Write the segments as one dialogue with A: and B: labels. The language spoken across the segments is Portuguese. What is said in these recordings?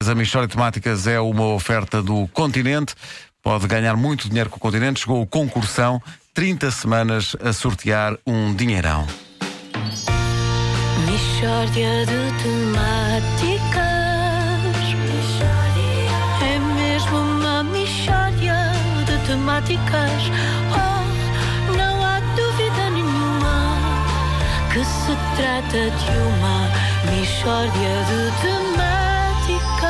A: Mas a Michórdia de Temáticas é uma oferta do Continente. Pode ganhar muito dinheiro com o Continente. Chegou o concursão, 30 semanas a sortear um dinheirão.
B: Mishória de temáticas É mesmo uma mishória de temáticas Oh, não há dúvida nenhuma Que se trata de uma mishória de temáticas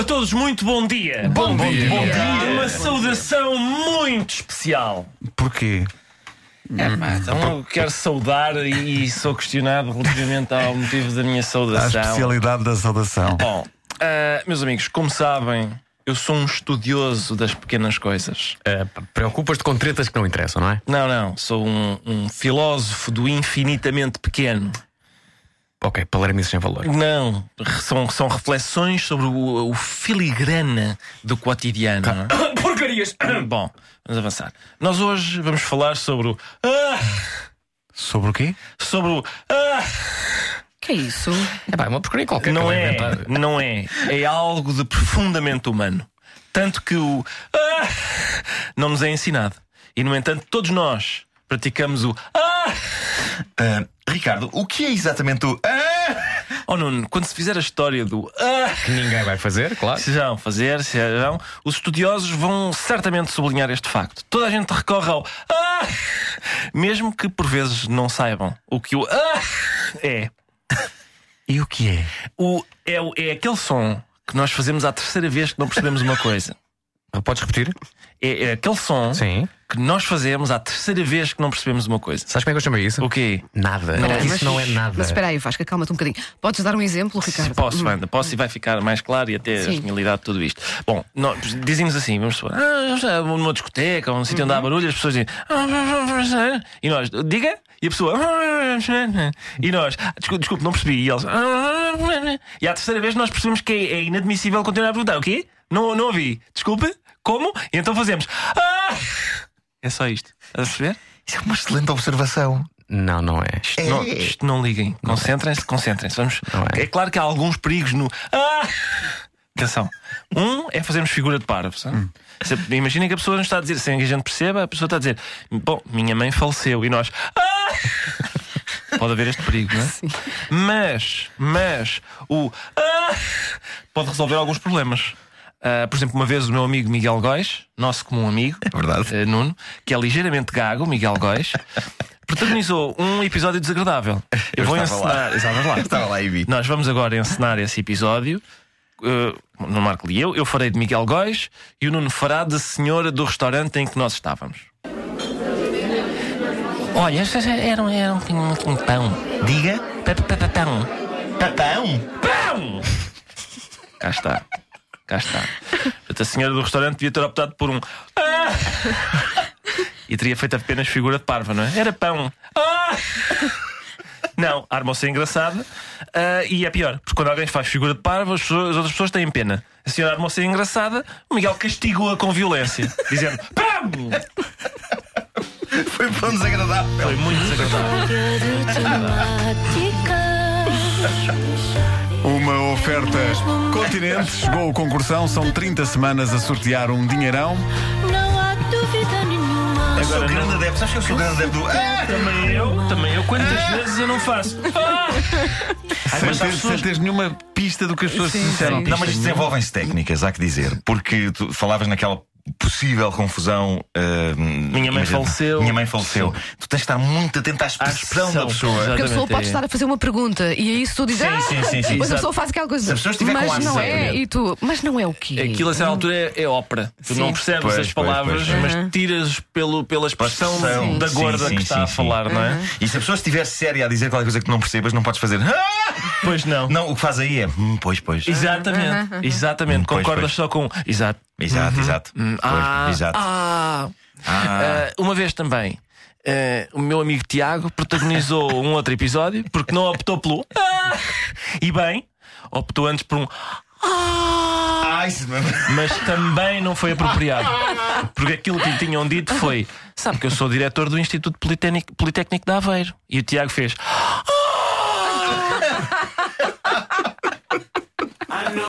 C: A todos, muito bom dia. Bom,
A: dia.
C: Bom dia. Uma saudação muito especial.
A: Porquê?
C: Então eu quero saudar e, e sou questionado relativamente ao motivo da minha
A: A
C: saudação.
A: especialidade da saudação.
C: Bom, ah, meus amigos, como sabem, eu sou um estudioso das pequenas coisas.
D: Eh, Preocupas-te com tretas que não interessam, não é?
C: Não, não, sou um, um filósofo do infinitamente pequeno.
D: Ok, palermices sem valor.
C: Não, são, são reflexões sobre o, o filigrana do cotidiano. não é?
E: Porcarias!
C: Bom, vamos avançar. Nós hoje vamos falar sobre o. Ah,
A: Sobre o quê?
C: sobre o. Ah,
E: Que é isso?
D: É pá, é uma porcaria qualquer.
C: não
D: que eu
C: é.
D: inventei.
C: Não é. É algo de profundamente humano. Tanto que o. Ah, não nos é ensinado. E, no entanto, todos nós praticamos o. Ah!
F: Ah, Ricardo, o que é exatamente o. Ah!
C: Oh, Nuno, quando se fizer a história do. Ah!
D: Que ninguém vai fazer, claro.
C: Se vão fazer, se vão, os estudiosos vão certamente sublinhar este facto. Toda a gente recorre ao ah! mesmo que por vezes não saibam o que o ah! é.
A: E o que é?
C: O é, o- é aquele som que nós fazemos à terceira vez que não percebemos uma coisa.
D: Podes repetir?
C: É, é aquele som
D: Sim.
C: que nós fazemos à terceira vez que não percebemos uma coisa.
D: Sabes como é que eu chamei isso?
C: O quê?
D: Nada.
C: Não,
D: isso
C: mas-
D: não é nada.
E: Mas espera aí, Vasco, calma-te um bocadinho. Podes dar um exemplo, Ricardo?
C: Se posso,
E: Hum.
C: Wanda, posso e vai ficar mais claro e até a
E: Sim.
C: genialidade de tudo isto. Bom, nós dizemos assim, vamos supor, ah, já vou numa discoteca, ou num sítio onde
E: Uhum.
C: há barulho, as pessoas dizem, "Ah, e nós, diga, e a pessoa, "Ah", e nós, desculpe, desculpe não percebi, e eles, "Ah", e à terceira vez nós percebemos que é, é inadmissível continuar a perguntar, o quê? Não, não ouvi, desculpe, como? E então fazemos, "Ah". é só isto, estás a perceber?
F: Isso é uma excelente observação.
D: Não, não é. Isto-
C: Não, isto não liguem. Concentrem-se, concentrem-se. Vamos...
D: Não é.
C: É claro que há alguns perigos no. Ah! Atenção. Um é fazermos figura de parvos. hã?
D: Hum.
C: Se- Imaginem que a pessoa não está a dizer, sem que a gente perceba, a pessoa está a dizer: Bom, minha mãe faleceu e nós. Ah! Pode haver este perigo, não é? Mas, mas, o. Ah! Pode resolver alguns problemas. Ah, por exemplo, uma vez o meu amigo Miguel Góis, nosso comum amigo,
F: É verdade.
C: eh, Nuno, que é ligeiramente gago, Miguel Góis, protagonizou um episódio desagradável. Eu, vou
F: estava lá.
C: encenar. Estavas lá.
F: Eu estava lá e vi.
C: Nós vamos agora encenar esse episódio. eh, no Marco e eu, eu farei de Miguel Góis e o Nuno fará de senhora do restaurante em que nós estávamos. Olha, estas eram, eram um, um pão.
F: Diga,
C: Pa- pa- pa- Pão.
F: papão!
C: Pão! Cá está. Cá está. Portanto, a senhora do restaurante devia ter optado por um. "Ah!" E teria feito apenas figura de parva, não é? Era pão. "Ah!" Não, armou-se engraçada. ah, e é pior, porque quando alguém faz figura de parva, as, pessoas- as outras pessoas têm pena. A senhora armou-se engraçada, o Miguel castigou-a com violência, dizendo: Pão!
F: Foi para um desagradável.
C: Foi muito desagradável.
B: Mishória de temáticas
A: Uma oferta Continente. Chegou o concursão. São 30 semanas a sortear um dinheirão.
B: Não há dúvida nenhuma
F: Sou
C: Agora
F: grande
C: não.
F: adepto, sabes que eu sou grande adepto do. Ah!
C: Também eu, também eu. Quantas
F: É.
C: vezes eu não faço? Ah! Ai,
A: Sem
C: mas há
A: ter,
C: pessoas
A: sem teres nenhuma pista do que as pessoas te disseram.
F: Não, é? mas desenvolvem-se técnicas, há que dizer. Porque tu falavas naquela possível confusão. ah,
C: Minha mãe faleceu.
F: Minha mãe faleceu. Tu tens de estar muito atento à expressão da pessoa.
E: Porque a pessoa pode estar a fazer uma pergunta e aí isso tu dizes,
F: é. Sim,
E: ah,
F: sim, sim, sim,
E: mas a
F: exato.
E: pessoa faz aquela coisa.
F: Se a pessoa estiver com
E: mas
F: ar
E: não é,
F: zero.
E: e tu, mas não é o quê?
C: Aquilo a certa altura é, é ópera. Tu
E: Sim.
C: não percebes
F: Hum. Pois,
C: as
F: pois,
C: palavras,
F: pois.
C: mas tiras pelo, pela expressão
F: expressão.
C: da
F: Sim,
C: gorda
F: sim,
C: que está
F: sim,
C: a
F: sim.
C: falar, não é?
F: E se a pessoa estiver séria a dizer qualquer coisa que tu não percebas, não podes fazer. "Ah!"
C: Pois não.
F: Não, o que faz aí é. "Hum, pois, pois.
C: Exatamente, exatamente.
F: Pois,
C: Concordas
F: pois.
C: só com. Exato.
F: Exato, exato. Pois,
C: Uhum. Ah,
F: exato.
C: ah. Ah, uma vez também. eh, o meu amigo Tiago protagonizou um outro episódio porque não optou pelo ah, e bem, optou antes por um ah,
F: Ai, se-
C: mas também não foi apropriado. Porque aquilo que lhe tinham dito foi: sabe que eu sou diretor do Instituto Politécnico, Politécnico de Aveiro. E o Tiago fez. "Ah!"